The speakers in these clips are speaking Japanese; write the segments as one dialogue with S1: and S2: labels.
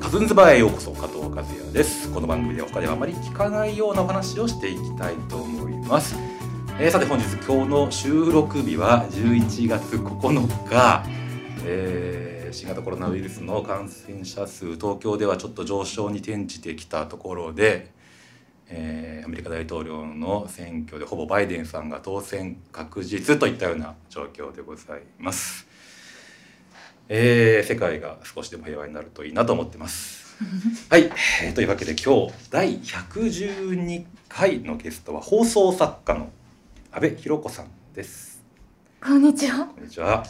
S1: カズンズバーへようこそ加藤和也ですこの番組では他ではあまり聞かないようなお話をしていきたいと思います、えーさて本日今日の収録日は11月9日、えー新型コロナウイルスの感染者数東京ではちょっと上昇に転じてきたところで、えーアメリカ大統領の選挙でほぼバイデンさんが当選確実といったような状況でございます。えー世界が少しでも平和になるといいなと思って ます。はい、えーというわけで今日第112回のゲストは放送作家の阿部寛子さんです。
S2: こんにちは。
S1: こんにちは。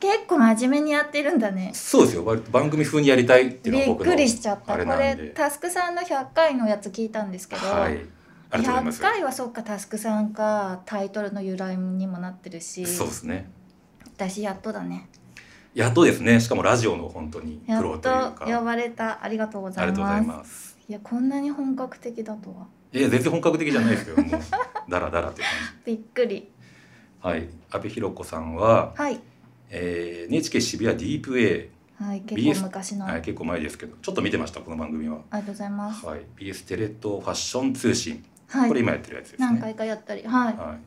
S2: 結構真面目にやってるんだね。
S1: そうですよ。割と番組風にやりたいっていうの
S2: び
S1: が
S2: っ
S1: 僕の
S2: くりしちゃっ
S1: あ
S2: た。
S1: れ
S2: こ
S1: なん
S2: れ
S1: で。
S2: タスクさんの100回のやつ聞いたんですけど、
S1: はい。ありがとうございま
S2: 100
S1: す。
S2: 回はそっかタスクさんかタイトルの由来にもなってるし、
S1: そうですね。
S2: 私やっとだね。
S1: やっとですね。しかもラジオの本当にプ
S2: や
S1: ロ
S2: っ
S1: と
S2: と
S1: いうか。
S2: 呼ばれた。ありがとうご
S1: あ
S2: ざ
S1: り
S2: い
S1: がとうござ
S2: ます。
S1: い
S2: い
S1: ます。
S2: やこんなに本格的だとは。
S1: いや全然本格的じゃないですけども、ダラダラという
S2: びっくり。
S1: 感じ。はい。阿部寛子さんは、
S2: はい
S1: えー NHK 渋谷ディープ A、
S2: はい
S1: BS
S2: 結構昔の、
S1: はい、
S2: あり
S1: 結構前ですけどちょっと見てましたこの番組は、
S2: がとうございます。
S1: はい、BS テレ東ファッション通信
S2: はい。
S1: これ今やってるやつです
S2: 何
S1: ね、
S2: 回かやったり、はい
S1: はい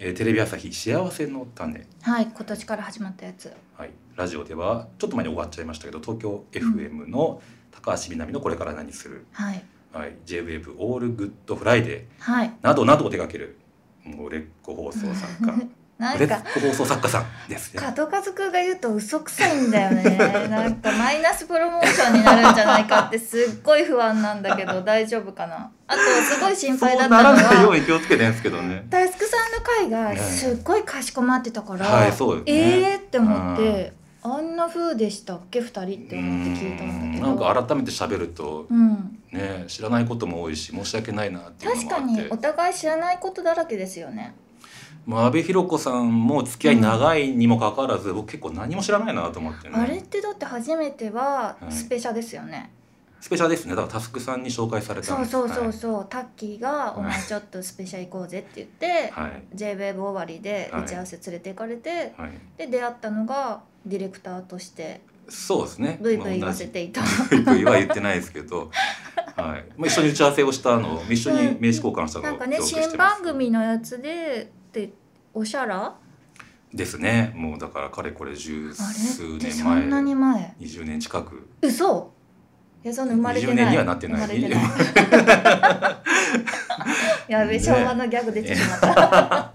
S1: えーテレビ朝日「幸せの種
S2: はい今年から始まったやつ。」
S1: はい、ラジオではちょっと前に終わっちゃいましたけど東京 FM の高橋みなみの「これから何する
S2: はい」
S1: はい、JWAVE「オールグッドフライデー
S2: はい。」
S1: などなどを手掛けるもう売れっ子放送作家
S2: な
S1: 売れ
S2: ん
S1: っ
S2: か。
S1: 子放送作家さんですね
S2: 角和くんが言うと嘘くさいんだ よねなんかマイナスプロモーションになるんじゃないかってすっごい不安なんだけど大丈夫かなあとすごい心
S1: そう
S2: 配だ
S1: な
S2: ったの
S1: らないよう
S2: は
S1: に気をつけてるんですけどね
S2: タスクさんの回がすっごいかしこまってたから、
S1: はいそうですね
S2: えーって思ってあんな風でしたっけ2人って思って聞いたんだけど
S1: うーんなんか改めて喋ると
S2: うん、
S1: ね知らないことも多いし申し訳ないなっていうの
S2: 確
S1: もあ
S2: か
S1: っ
S2: に
S1: て
S2: お互い知らないことだらけですよね
S1: まあ阿部寛子さんも付き合い長いにもかかわらず、僕結構何も知らないなと思ってね
S2: あれってだって初めては
S1: はい
S2: スペシャですよね、
S1: スペシャルですねだからタスクさんに紹介されたん
S2: そ
S1: で
S2: う
S1: す
S2: そうそう
S1: は
S2: そう、タッキーが「お前ちょっとスペシャル行こうぜ」って言って、
S1: い、はい
S2: JWAVE 終わりで
S1: はい
S2: 打ち合わせ連れて行かれて、
S1: はい
S2: で出会ったのがディレクターとして
S1: そうですね
S2: ブイブイ言わ
S1: 同
S2: せ
S1: じ
S2: ていた
S1: ブイブイは言ってないですけど、はいまあ、一緒に打ち合わせをしたのを一緒に名刺交換したのを
S2: なんかね
S1: 記憶してます
S2: 新番組のやつででおしゃら
S1: ですねもうだからかれこれ十
S2: あ
S1: 数
S2: れって
S1: 年
S2: そんなに
S1: 前
S2: 前
S1: 20年近く
S2: 嘘いやその生まれてない
S1: 20年にはなってない
S2: 生まれてない やべ
S1: ね
S2: 昭和のギャグ出てしまった、
S1: は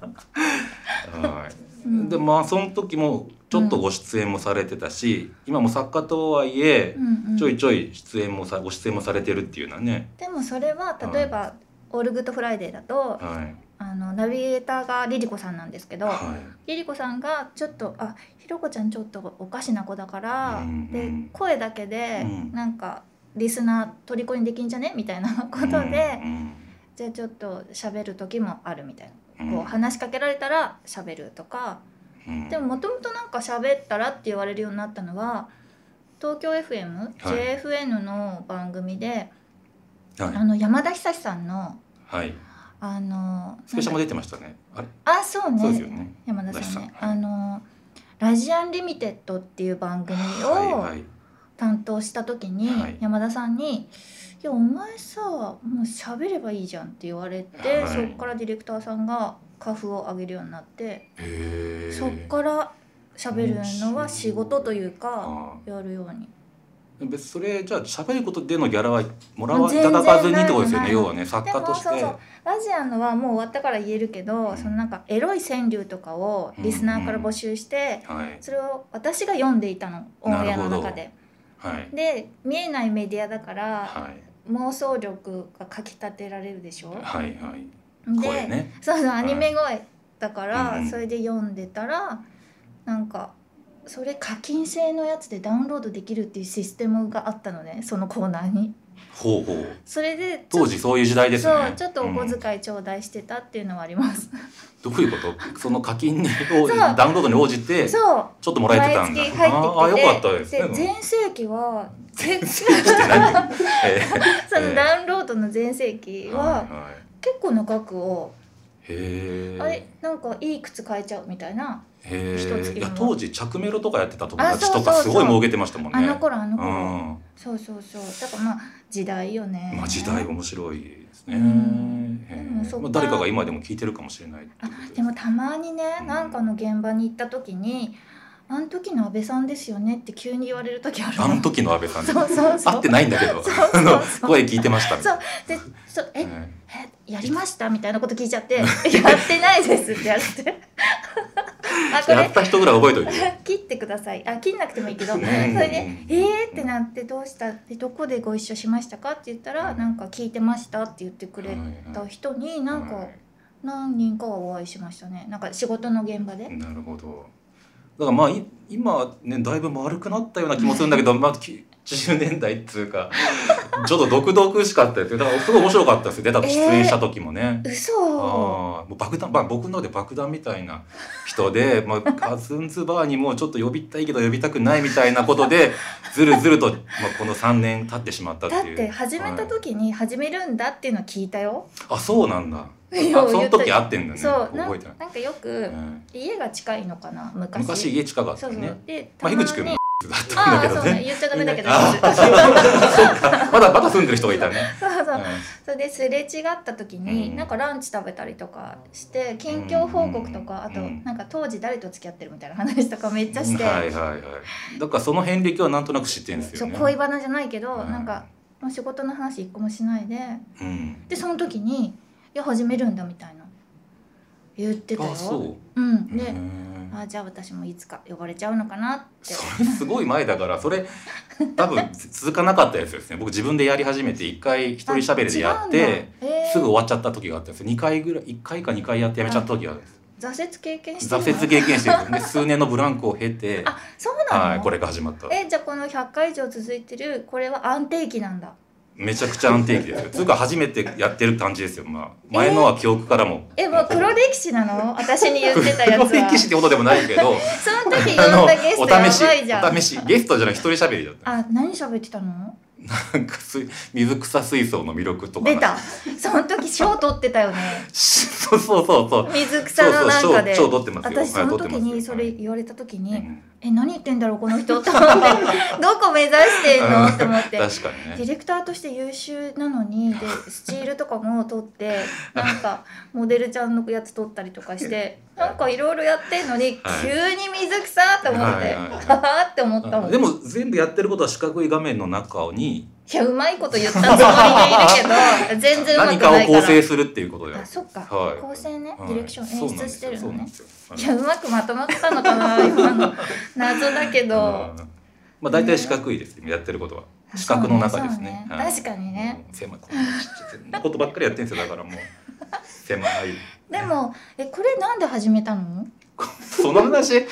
S1: い
S2: うん
S1: でまあその時もちょっとご出演もされてたし、今も作家とはいえ
S2: う、んうん
S1: ちょいちょい出演もさご出演もされてるっていうのはね、
S2: でもそれは例えば、オールグッドフライデーだ
S1: は
S2: と
S1: い
S2: あのナビゲーターがリリコさんなんですけど、
S1: は
S2: リリコさんがちょっと「あひろこちゃんちょっとおかしな子だから」
S1: うんうん
S2: で声だけで、
S1: うん、
S2: なんかリスナー虜にできんじゃねみたいないことで、
S1: うん
S2: じゃあちょっと喋る時もあるみたいな。
S1: うん
S2: こう話しかけられたら喋るとか、
S1: うん
S2: でももともとなんか喋ったらって言われるようになったのは東京 FM、
S1: はい
S2: JFN の番組であ
S1: は
S2: の山田久志さんの
S1: い、はい、
S2: あの
S1: スペシャルも出てましたねあれ
S2: あそうね
S1: そうですよね
S2: 山田さん
S1: 大
S2: ね
S1: 地さん
S2: あのラジアンリミテッドっていう番組を
S1: はい
S2: 担当した時に
S1: はい
S2: 山田さんに「いやお前さもう喋ればいいじゃん」って言われて、
S1: はい
S2: そっからディレクターさんがカフを上げるようになって、
S1: へ
S2: そっから喋るのは仕事というか
S1: あ
S2: やるように
S1: あ別にそれじゃあ喋ることでのギャラはもらわいた
S2: 全然
S1: だかずにってことですよ
S2: な
S1: ね
S2: いの
S1: 要はね作家として
S2: でもそうそうラジアンのはもう終わったから言えるけど、そのなんかエロい川柳とかをリスナーから募集して、
S1: はい
S2: それを私が読んでいたのオンエアの
S1: なるほ
S2: 中
S1: ど
S2: で。
S1: はい
S2: で見えないメディアだから
S1: はい
S2: 妄想力がかきたてられるでしょ
S1: はいはい
S2: で、
S1: 声ね
S2: そうそうアニメ声だから、
S1: うんうん
S2: それで読んでたらなんかそれ課金制のやつでダウンロードできるっていうシステムがあったのねそのコーナーに
S1: ほうほう
S2: それでちょ
S1: 当時そういう時代ですね
S2: そうちょっとお小遣い頂戴してたっていうのはあります、
S1: どういうことその課金に応じ
S2: そう
S1: ダウンロードに応じてち
S2: そう
S1: ょっともらえてた
S2: 毎
S1: んだ
S2: 月入ってきて
S1: ああよかったですね
S2: 全盛 期は全
S1: して何、えー
S2: そのダウンロードの全盛期は
S1: は
S2: 結構の額を
S1: へえ
S2: あれなんかいい靴買えちゃうみたいな、
S1: へ
S2: 一月
S1: ー
S2: 分
S1: いや当時着メロとかやってた友達と
S2: あそう
S1: か
S2: そ
S1: す
S2: うそう
S1: ごい儲けてましたもんね
S2: あの頃あの
S1: う
S2: 頃、
S1: ん
S2: そうそうそうだからまあ時代よね
S1: まあ時代面白いですね。
S2: うん
S1: へえ
S2: でもそっ
S1: ま
S2: か
S1: あ
S2: ら
S1: 誰かが今でも聞いてるかもしれないってこ
S2: あ
S1: とです。
S2: でもたまにね
S1: うん
S2: なんかの現場に行った時に「あの時の安倍さんですよね」って急に言われる時ある
S1: あの時の安倍さん
S2: そうそうそう
S1: 会ってないんだけど
S2: そうそう そう
S1: あの声聞いてましたみたい
S2: でそうえ
S1: な。はい
S2: えやりましたみたいなこと聞いちゃって「や ってないです」ってやって あこ
S1: やっ
S2: れ
S1: た人ぐらい覚えといて。
S2: 切ってくださいあ切んなくてもいいけど
S1: う
S2: そ
S1: ん
S2: れで「えー!」ってなって「どうした?」って「どこでご一緒しましたか?」って言ったら「なんか聞いてました」って言ってくれた人になん
S1: は
S2: か
S1: い
S2: 何人かはお会いしましたねなんか仕事の現場で。
S1: なるほど。だからまあい今ねだいぶ丸くなったような気もするんだ けど、まあ90年代っつうかちょっと独々しかったですよだからすごい面白かったですよ出た出演した時もね。
S2: 嘘
S1: ああもう爆弾、まあ、僕の中で爆弾みたいな人で、 まあ、カズンズバーにもちょっと呼びたいけど呼びたくないみたいなことでずるずると、まあ、この3年経ってしまったって
S2: だっ
S1: いう
S2: て始め
S1: は
S2: た
S1: い
S2: 時に始めるんだっていうのは聞いたよ、
S1: あそうなんだあ
S2: いや
S1: その時
S2: 言っ
S1: 会ってんだね
S2: そうな
S1: 覚え
S2: ん
S1: てない、
S2: なんかよく
S1: うん
S2: 家が近いのかな昔
S1: 昔家近かった
S2: そ
S1: よ
S2: うそう、
S1: ね
S2: で
S1: まあ、樋口君もだったんだ
S2: ああ
S1: け
S2: そ
S1: ど
S2: うね
S1: ね
S2: 言っちゃダメだけど
S1: あー
S2: そう
S1: そうかまだまだ住んでる人がいたね、
S2: そう
S1: う
S2: それですれ違った時に、
S1: うん
S2: なんかランチ食べたりとかして近況報告とか、
S1: うんうん
S2: あとなんか当時誰と付き合ってるみたいな話とかめっちゃし
S1: ん
S2: て、
S1: はいはいはいだからその遍歴はなんとなく知ってるんです
S2: そ
S1: よ
S2: う
S1: ね
S2: 恋バナじゃないけど、
S1: うん
S2: なんかもう仕事の話一個もしないで
S1: うん
S2: でその時に「いや始めるんだ」みたいな言ってたよ、
S1: あそう
S2: ん、で、
S1: へー
S2: あじゃあ私もいつか呼ばれちゃうのかなって
S1: それすごい前だからそれ多分続かなかったやつですね僕自分でやり始めて1回一人しゃべりでやって、
S2: あ違うんだへー
S1: すぐ終わっちゃった時があったんです2回ぐらい1回か2回やってやめちゃった時があるんです
S2: 挫折経験して
S1: 挫
S2: るの
S1: 折経験してるんですね数年のブランクを経て
S2: あそうなの、
S1: はいこれが始まった
S2: えじゃあこの100回以上続いてるこれは安定期なんだ
S1: めちゃくちゃ安定期ですよつうか初めてやってる感じですよ、まあ、前のは記憶からも、
S2: えもう黒歴史なの私に言ってたやつは
S1: 黒歴史ってことでも ないけど
S2: その時
S1: あ
S2: 呼んだゲスト
S1: お
S2: や
S1: 試し
S2: ばいじゃ
S1: お
S2: ん
S1: 試しゲストじゃない一人しゃべりだった
S2: あ何喋ってたの
S1: なんか水水草水槽の魅力とか
S2: 出たその時賞取ってたよね
S1: しそうそうそうそう
S2: 水草のなんかで
S1: そうそう賞賞取ってますよ
S2: 私その時
S1: はい取ってますよ
S2: にそれ言われた時に、
S1: うん
S2: え何言ってんだろうこの人と思ってどこ目指してんのって思って
S1: 確かにね
S2: ディレクターとして優秀なのに でスチールとかも撮ってなんかモデルちゃんのやつ撮ったりとかしてなんかいろいろやってんのに、
S1: はい
S2: 急に水草と思っ
S1: はい
S2: て、
S1: はいはい
S2: ははって思ったもん
S1: でも全部やってることは四角い画面の中に
S2: いやうまいこと言ったつもりでいるけど全然うま
S1: 何
S2: く
S1: かを
S2: ないから
S1: 構成するっていうことだよ
S2: あそっか、
S1: はい
S2: 構成ねデ
S1: はい
S2: ィレクション、
S1: そうな
S2: 演
S1: んで
S2: 出し
S1: す
S2: て
S1: よ
S2: るの
S1: そ
S2: ね
S1: うなんで
S2: い
S1: すよ
S2: やうまくまとまったのかな今の謎だけ
S1: う
S2: ど
S1: んまあ大体四角いですねやってることは四角の中ですね
S2: そう
S1: はい
S2: 確かにね、
S1: うん狭いこんなちっちゃいこんなことばっかりやってるんですよだからもう狭い
S2: でもえこれなんで始めたの
S1: その話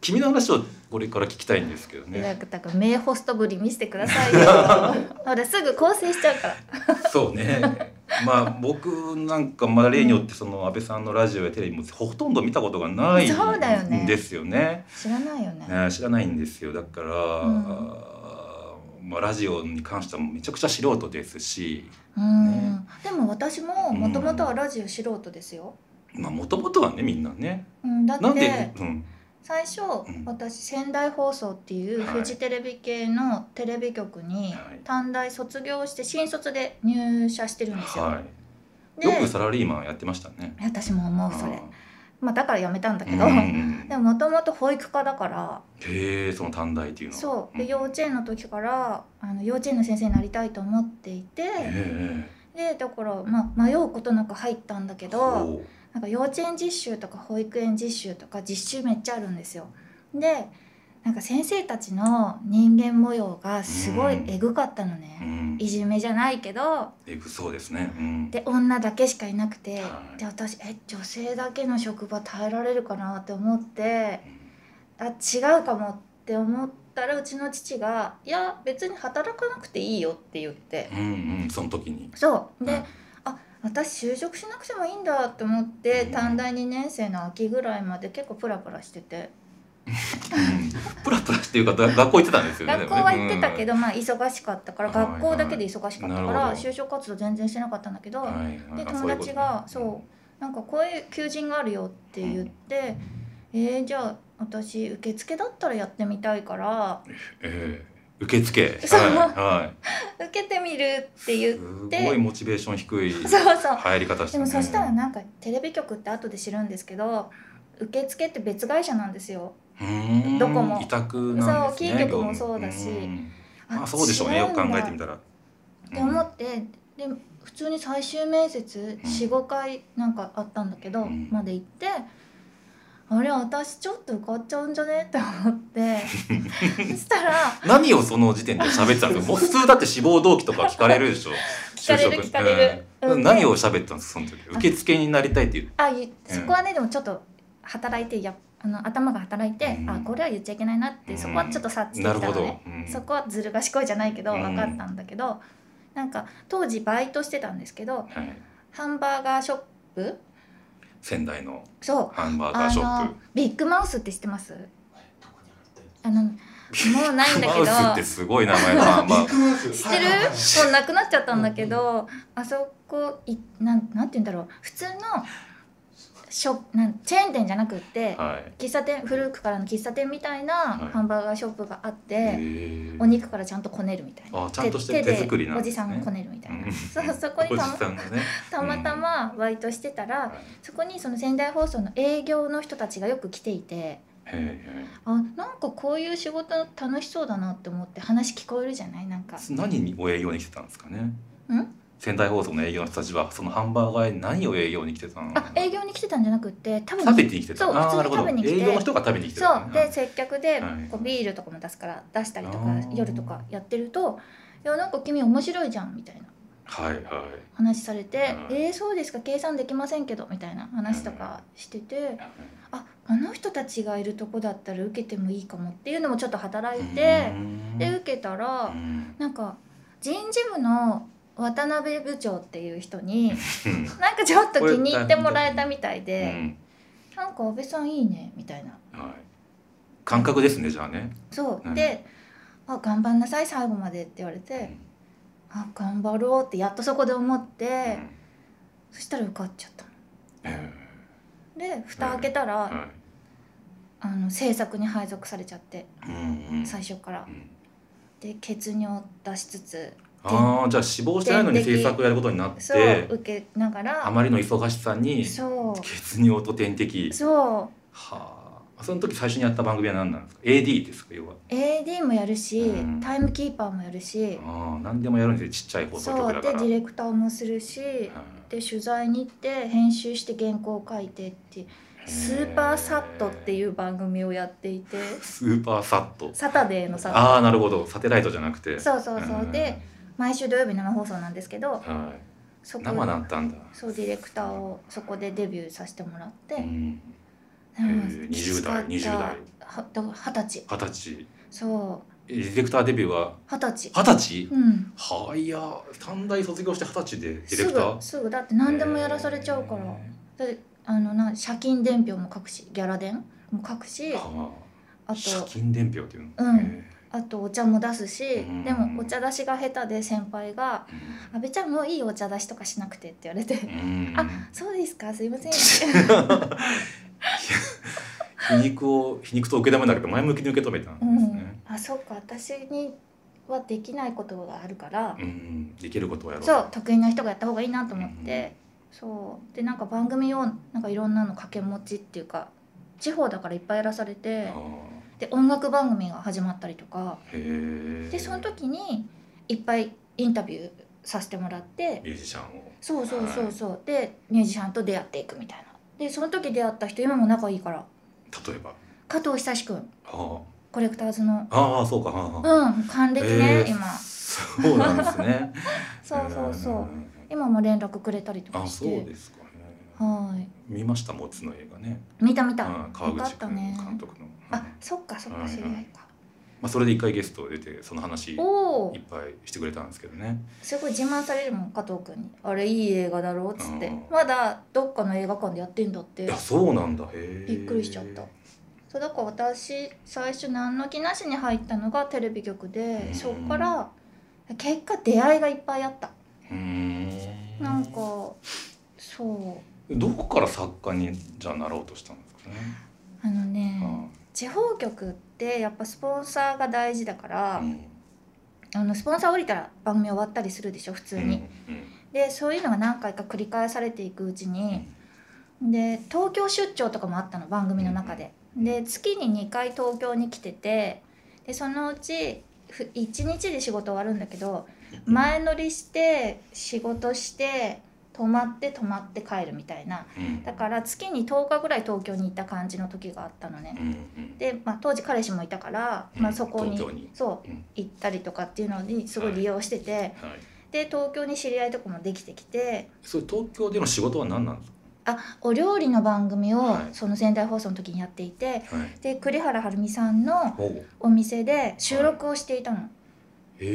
S1: 君の話をこれから聞きたいんですけど
S2: だ
S1: ね
S2: からだから名ホストぶり見せてくださ いよほらすぐ構成しちゃうから
S1: そうね。まあ僕なんかまあ例によってその安倍さんのラジオやテレビもほとんど見たことがない
S2: そうだよね
S1: んですよね。
S2: 知らないよね
S1: ね知らないんですよ。だから、
S2: ん
S1: まあラジオに関してはめちゃくちゃ素人ですし、
S2: うん
S1: ね
S2: でも私ももともとはラジオ素人ですよ、
S1: まあ元々はねみんなね。
S2: うん、だっ
S1: なん
S2: て
S1: で、うん、
S2: 最初
S1: ん
S2: 私仙台放送っていう
S1: はい
S2: フジテレビ系のテレビ局に
S1: はい
S2: 短大卒業して新卒で入社してるんですよ、
S1: はい。
S2: で
S1: よくサラリーマンやってましたね。
S2: 私も思うそれまあだから辞めたんだ
S1: う
S2: け
S1: ん
S2: ど、
S1: うん
S2: でももともと保育科だから
S1: へえその短大っていうのは。
S2: そうで
S1: ん
S2: 幼稚園の時からあの幼稚園の先生になりたいと思っていて、
S1: え
S2: でだから、まあ、迷うことなく入ったんだけ
S1: え
S2: ど
S1: ほう
S2: なんか幼稚園実習とか保育園実習とか実習めっちゃあるんですよ。でなんか先生たちの人間模様がすごいえぐかったの
S1: う
S2: ね、
S1: ん。
S2: いじめじゃないけど
S1: えぐそうですね。うん。
S2: で女だけしかいなくて、
S1: はい
S2: で私え女性だけの職場耐えられるかなって思って
S1: うん
S2: あ違うかもって思ったらうちの父が「いや別に働かなくていいよ」って言って
S1: うんうんその時に。
S2: そうで、
S1: うん
S2: 私就職しなくてもいいんだって思って
S1: うん
S2: 短大2年生の秋ぐらいまで結構プラプラしてて
S1: うんプラプラっていうかだ学校行ってたんですよね。
S2: 学校は行ってたけ
S1: ど、
S2: ど、まあ忙しかったから
S1: はいはい
S2: 学校だけで忙しかったか
S1: な
S2: ら
S1: るほど
S2: 就職活動全然してなかったんだけど、
S1: はいはい
S2: で友達がそううなんかこういう求人があるよって言って、えー、じゃあ私受付だったらやってみたいから
S1: えー、受付
S2: そう
S1: は
S2: 受けてみるって
S1: い、はい、
S2: 言う
S1: す
S2: で
S1: ごいモチベーション低い
S2: そうそう
S1: 入り方して
S2: で
S1: るね
S2: もそしたらなんかテレビ局って後で知るんですけど受付って別会社なんですよ
S1: うーん
S2: どこも
S1: 委託なんですね
S2: そうキー局も
S1: 業務
S2: そうだし
S1: んまあそうでしょうね
S2: 違
S1: よ
S2: ん
S1: く
S2: だ
S1: 考えてみたら
S2: って思ってで普通に最終面接
S1: うん
S2: 45回なんかあったんだけど、
S1: うん
S2: まで行ってあれ私ちょっと受かっちゃうんじゃねって思って そしたら
S1: 何をその時点で喋ってたんですかもう普通だって志望動機とか聞かれるでしょ
S2: 聞かれる
S1: 就職
S2: 聞かれる
S1: うん
S2: うん
S1: 何を喋ってたんですかその時受付になりたいっていう
S2: あいそこはねでもちょっと働いてやあの頭が働いて、
S1: うん
S2: あこれは言っちゃいけないなってそこはちょっと察知でき
S1: な
S2: た
S1: る
S2: のね、
S1: ほど、うん
S2: そこはずる賢いじゃないけど
S1: うん
S2: 分かったんだけど、なんか当時バイトしてたんですけど
S1: はい、
S2: ハンバーガーショップ
S1: 仙台の
S2: そう
S1: ハンバーガー
S2: あ
S1: ショッ
S2: の
S1: プ
S2: ビッグマウスって知ってますあのもうないんだけど
S1: マウスってすごい名前のハンバーガー
S2: 知ってるもうなくなっちゃったんだけどあそこいなんなんて言うんだろう普通のショップなんチェーン店じゃなくって
S1: はい
S2: 喫茶店古くからの喫茶店みたいな
S1: はい
S2: ハンバーガーショップがあって、
S1: へー
S2: お肉からちゃんとこねるみたいな
S1: あちゃんとしてる手作りなん
S2: お
S1: です
S2: じ
S1: ね
S2: さんがこねるみたいな、
S1: うん
S2: そうそこに
S1: おじ
S2: たま
S1: さんが ね、
S2: たまたまバイトしてたら、
S1: はい
S2: そこにその仙台放送の営業の人たちがよく来ていて。
S1: へーへ
S2: あなんかこういう仕事楽しそうだなって思って話聞こえるじゃないなんか
S1: ー何にお営業に来てたんですかね仙台放送の営業の人たちはそのハンバーガーに何を営業に来てたの
S2: あ営業に来てたんじゃなくって多分
S1: 食べてきてた
S2: そう
S1: あー
S2: 普通
S1: な
S2: に
S1: るほ
S2: 食
S1: ど
S2: べに来て
S1: 営業の人が食べに来てた
S2: そ
S1: の
S2: う
S1: ね
S2: で接客で
S1: はい
S2: こうビールとかも出すから出したりと
S1: あ
S2: か
S1: ー
S2: 夜とかやってると「いやなんか君面白いじゃん」みたいな
S1: はいはい
S2: 話されて「
S1: うん
S2: えー、そうですか計算できませんけど」みたいな話とかしてて「あこの人たちがいるとこだったら受けてもいいかも」っていうのもちょっと働いてで受けたら。
S1: うん
S2: なんか人事部の渡辺部長っていう人に
S1: うん
S2: なんかちょっと気に入ってもらえたみたいで
S1: うん
S2: なんか安倍さんいいねみたいな
S1: はい感覚ですねじゃあね
S2: そううんで「あ頑張んなさい最後まで」って言われて「あ頑張ろう」ってやっとそこで思っ
S1: うん
S2: てそしたら受かっちゃったの
S1: え
S2: で蓋開けた
S1: ー
S2: ら
S1: は
S2: あの制作に配属されちゃって
S1: いうんうん
S2: 最初から
S1: うん
S2: で血尿出しつつ
S1: ああじゃあ死亡してないのに
S2: 点滴
S1: 制作をやることになっ
S2: そう
S1: て
S2: 受けなが
S1: あ
S2: ら
S1: まりの忙しさに
S2: そ
S1: 血尿と点滴
S2: うそう
S1: はあその時最初にやった番組は何なんですか AD ですか要は
S2: AD もやるし、
S1: うん
S2: タイムキーパーもやるし、
S1: ああ何でもやるんですよちっちゃい放送
S2: そ
S1: 局
S2: う
S1: だか
S2: でデ
S1: ら
S2: ィレクターもするし、
S1: うん
S2: で取材に行って編集して原稿を書いてっていうスーパーサットっていう番組をやっていて
S1: スーパーサット
S2: サタデーのサッ
S1: ああなるほどサテライトじゃなくて
S2: トそうそうそう、
S1: ん
S2: で毎週土曜日生放送なんですけど
S1: は
S2: そ
S1: い
S2: こ
S1: 生だったんだ
S2: そうディレクターをそこでデビューさせてもらって、
S1: うん
S2: でも
S1: へー20代
S2: きつかっ
S1: 20
S2: たはだから二十歳
S1: 二十歳
S2: そ
S1: えディレクターデビューは
S2: う二十歳
S1: 二十歳
S2: うん
S1: はいや短大卒業して二十歳でディレ
S2: す
S1: ク
S2: ぐ
S1: ター
S2: すぐだって何でもやらされちゃうから。であのな借金伝票も書くしギャラ伝も書くし
S1: へーはあ
S2: あ
S1: 借
S2: と
S1: 金伝票っていうの
S2: うん
S1: へー
S2: あとお茶も出すし
S1: うん
S2: でもお茶出しが下手で先輩が「阿部ちゃんもういいお茶出しとかしなくて」って言われて
S1: うん
S2: あ「そうですかすいません」
S1: 皮肉を皮肉と受け止めなくて前向きに受け止めたん
S2: う
S1: ですね
S2: ん、あそっか私にはできないことがあるから
S1: うんうんできることをやろう
S2: そう得意な人がやった方がいいなと思ってそうでなんか番組をなんかいろんなの掛け持ちっていうか地方だからいっぱいやらされて
S1: あ
S2: で音楽番組が始まったりとか。
S1: ーへー
S2: でその時にいっぱいインタビューさせてもらって
S1: ミュージシャンを
S2: そうそうそうそうでミュージシャンと出会っていくみたいなでその時出会った人今も仲いいから
S1: 例えば
S2: 加藤久志くん
S1: あ
S2: コレクターズの
S1: あああそうかああ
S2: うん還暦ね、
S1: へー
S2: 今
S1: そうなんですね
S2: そうそうそうん今も連絡くれたりとか
S1: あ
S2: し
S1: そう
S2: て
S1: ですかね
S2: はーい
S1: 見ましたもつの映画ね
S2: 見た見た、
S1: うん川
S2: よかっ
S1: 口
S2: た
S1: 君
S2: ね
S1: 監督のうん
S2: あそっかそっ
S1: は
S2: か
S1: いはい
S2: 知り合いか、
S1: まあそれで一回ゲスト出てその話いっ
S2: おお
S1: ぱいしてくれたんですけどね
S2: すごい自慢されるもん加藤くんに「あれいい映画だろ」っつって
S1: うん
S2: まだどっかの映画館でやってんだって
S1: いやそうなんだへー
S2: びっくりしちゃったそうだから私最初何の気なしに入ったのがテレビ局で、
S1: うん
S2: そこから結果出会いがいっぱいあった
S1: うーん
S2: なんかそう
S1: どこから作家にじゃあなろうとしたんですかね。
S2: あのね、
S1: うん
S2: 地方局ってやっぱスポンサーが大事だから、
S1: うん
S2: あのスポンサー降りたら番組終わったりするでしょ普通に、でそういうのが何回か繰り返されていくうちに、で東京出張とかもあったの番組の中で、
S1: うん
S2: で月に2回東京に来ててでそのうち1日で仕事終わるんだけど
S1: うん
S2: 前乗りして仕事して泊まって泊まって帰るみたいな
S1: うん
S2: だから月に10日ぐらい東京に行った感じの時があったのね
S1: うんうん
S2: で、まあ、当時彼氏もいたから、
S1: うん
S2: まあ、そこに
S1: 東京に
S2: そう
S1: うん
S2: 行ったりとかっていうのにすごい利用してて、
S1: はい。
S2: で東京に知り合いとかもできてきて
S1: それ東京での仕事は何なんです
S2: あお料理の番組を
S1: はい
S2: その仙台放送の時にやっていて、
S1: か。はい。
S2: で栗原はるみさんの
S1: ほう。
S2: お店で収録をしていたの、
S1: へえ。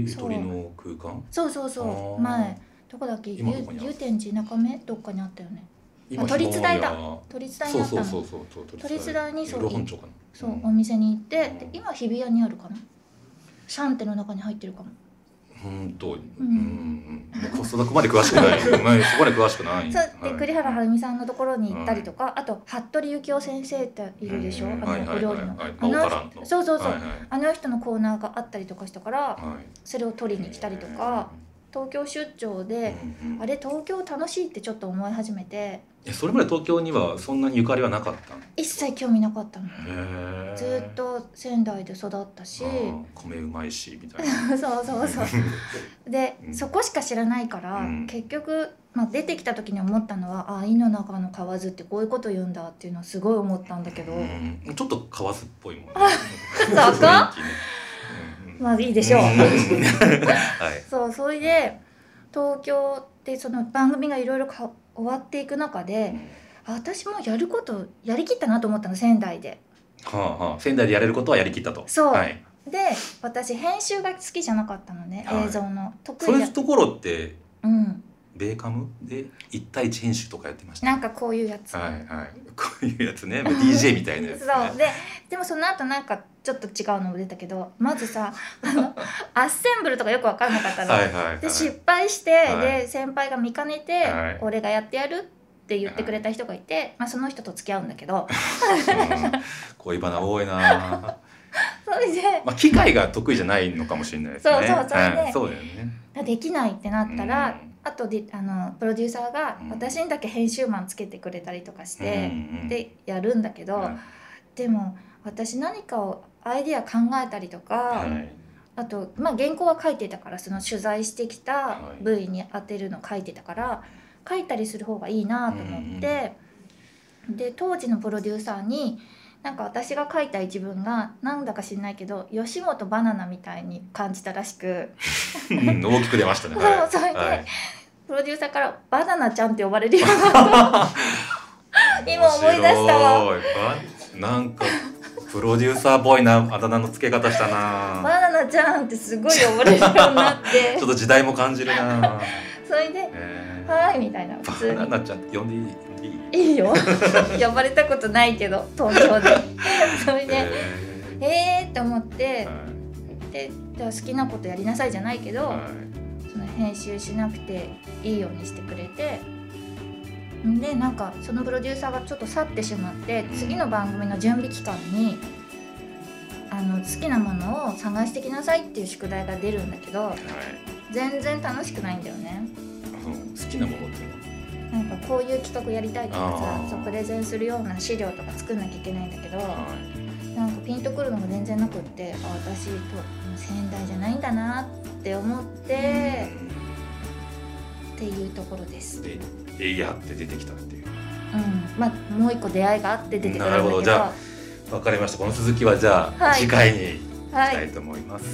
S1: ゆ
S2: そう
S1: とりの空間。
S2: そうそう
S1: あ
S2: そ
S1: ー
S2: う前どこだっけ
S1: 今どこにある
S2: ゆ祐天寺中目どっかにあったよね
S1: 今
S2: 都立大だ
S1: ひまわ
S2: 都立
S1: りは
S2: 大に
S1: そ
S2: あ
S1: う
S2: った
S1: そうそ
S2: のそ
S1: ううそう。
S2: 都立大にそう
S1: いろ本庁かな。
S2: お店に行って
S1: うん
S2: で今日比谷にあるかなシャンテの中に入ってるか
S1: う
S2: も、
S1: んと、うん、もうそこまで詳しく ない。うんそこまで詳しくない。
S2: そうで栗原は
S1: る
S2: るみさんのところに行ったりとか、あと服部幸男先生っているでしょ、
S1: うん
S2: あ
S1: はい
S2: の
S1: は
S2: お
S1: い
S2: 料
S1: はい
S2: 理の,、
S1: はい
S2: あの
S1: 青からの
S2: そうそうそう、
S1: はいはい
S2: あの人のコーナーがあったりとかしたから
S1: はい。
S2: それを取りに来たりとか東京出張
S1: うん
S2: で、
S1: うん。
S2: あれ東京楽しいってちょっと思い始めて
S1: えそれまで東京にはそんなにゆかりはなかったの
S2: 一切興味なかったの
S1: へえ
S2: ずーっと仙台で育ったし、
S1: うん米うまいしみたいな
S2: そう そうそうで、
S1: うん
S2: そこしか知らないから、
S1: うん
S2: 結局、まあ、出てきた時に思ったのは「あ井の中の蛙ってこういうこと言うんだ」っていうのはすごい思ったんだけど、
S1: うんちょっとカワスっぽいもんね
S2: そう
S1: 雰囲
S2: か
S1: 気ねうん
S2: まあいいでしょう、
S1: ん はい
S2: そうそれで東京でその番組がいろいろか終わっていく中であ私もやることやりきったなと思ったの仙台で。
S1: はあはあ仙台でやれることはやりきったと
S2: そう
S1: はい
S2: で私編集が好きじゃなかったのね、
S1: はい
S2: 映像の得
S1: そうい
S2: 意じゃ
S1: うところって
S2: うん
S1: ベーカムで一対一編集とかやってました
S2: なんかこういうやつ、
S1: はいはいこういうやつね DJ みたいなやつね
S2: そうででもその後なんかちょっと違うのも出たけどま ずさあのアッセンブルとかよく分からなかったの、
S1: はいはいはい
S2: で失敗して、
S1: はい
S2: で先輩が見かねて、
S1: はい
S2: 俺がやってやるって言ってくれた人がいて、まあ、その人と付き合うんだ け
S1: う
S2: ど
S1: ん恋バナ多いな
S2: それで
S1: まあ機械が得意じゃないのかもしれないですね
S2: そうそうそれで
S1: んそうだよね
S2: できないってなったら、
S1: うん
S2: あとであのプロデューサーが
S1: うん
S2: 私にだけ編集マンつけてくれたりとかして、
S1: ん
S2: でやるんだけど、
S1: はい
S2: でも私何かをアイディア考えたりとか、
S1: はい
S2: あと、まあ、原稿は書いてたからその取材してきた
S1: はい
S2: 部位に当てるの書いてたから書いたりする方がいいなと思って、で当時のプロデューサーになんか私が書いた一文がなんだか知んないけど吉本バナナみたいに感じたらしく、
S1: うん 大きく出ましたね。
S2: そうそれで、
S1: はい
S2: プロデューサーから「バナナちゃん」って呼ばれるようになった 今思い出したわ
S1: 面白いあなんかプロデューサーっぽいなあだ名の付け方したな。
S2: バナナちゃんってすごい呼ばれるようになっ
S1: ち
S2: て
S1: ょっと時代も感じる な。
S2: それで
S1: え
S2: 「
S1: ー
S2: はい」みたいな普通
S1: バ
S2: に
S1: ナナちゃんって呼んでいい？いい
S2: いいよ 呼ばれたことないけど東 京でそれで
S1: え
S2: ええー、って思って
S1: ーはい
S2: でじゃあ好きなことやりなさいじゃないけど、
S1: はい
S2: その編集しなくていいようにしてくれてでなんかそのプロデューサーがちょっと去ってしまって次の番組の準備期間にあの好きなものを探してきなさいっていう宿題が出るんだけど
S1: はい
S2: 全然楽しくないんだよね
S1: あの好きなものっていうのは
S2: なんかこういう企画やりたいとか
S1: あー
S2: さそうプレゼンするような資料とか作んなきゃいけないんだけど、
S1: はい
S2: なんかピンとくるのが全然なくってあ私と仙台じゃないんだなって思ってっていうところです、
S1: でえいやって出てきたっていう。
S2: うんまあ、もう一個出会いがあって出てくるんだ
S1: なる
S2: け
S1: ほ
S2: ど
S1: どじゃわかりましたこの続きはじゃあ、
S2: はい
S1: 次回に。
S2: は
S1: したい
S2: い
S1: と思います。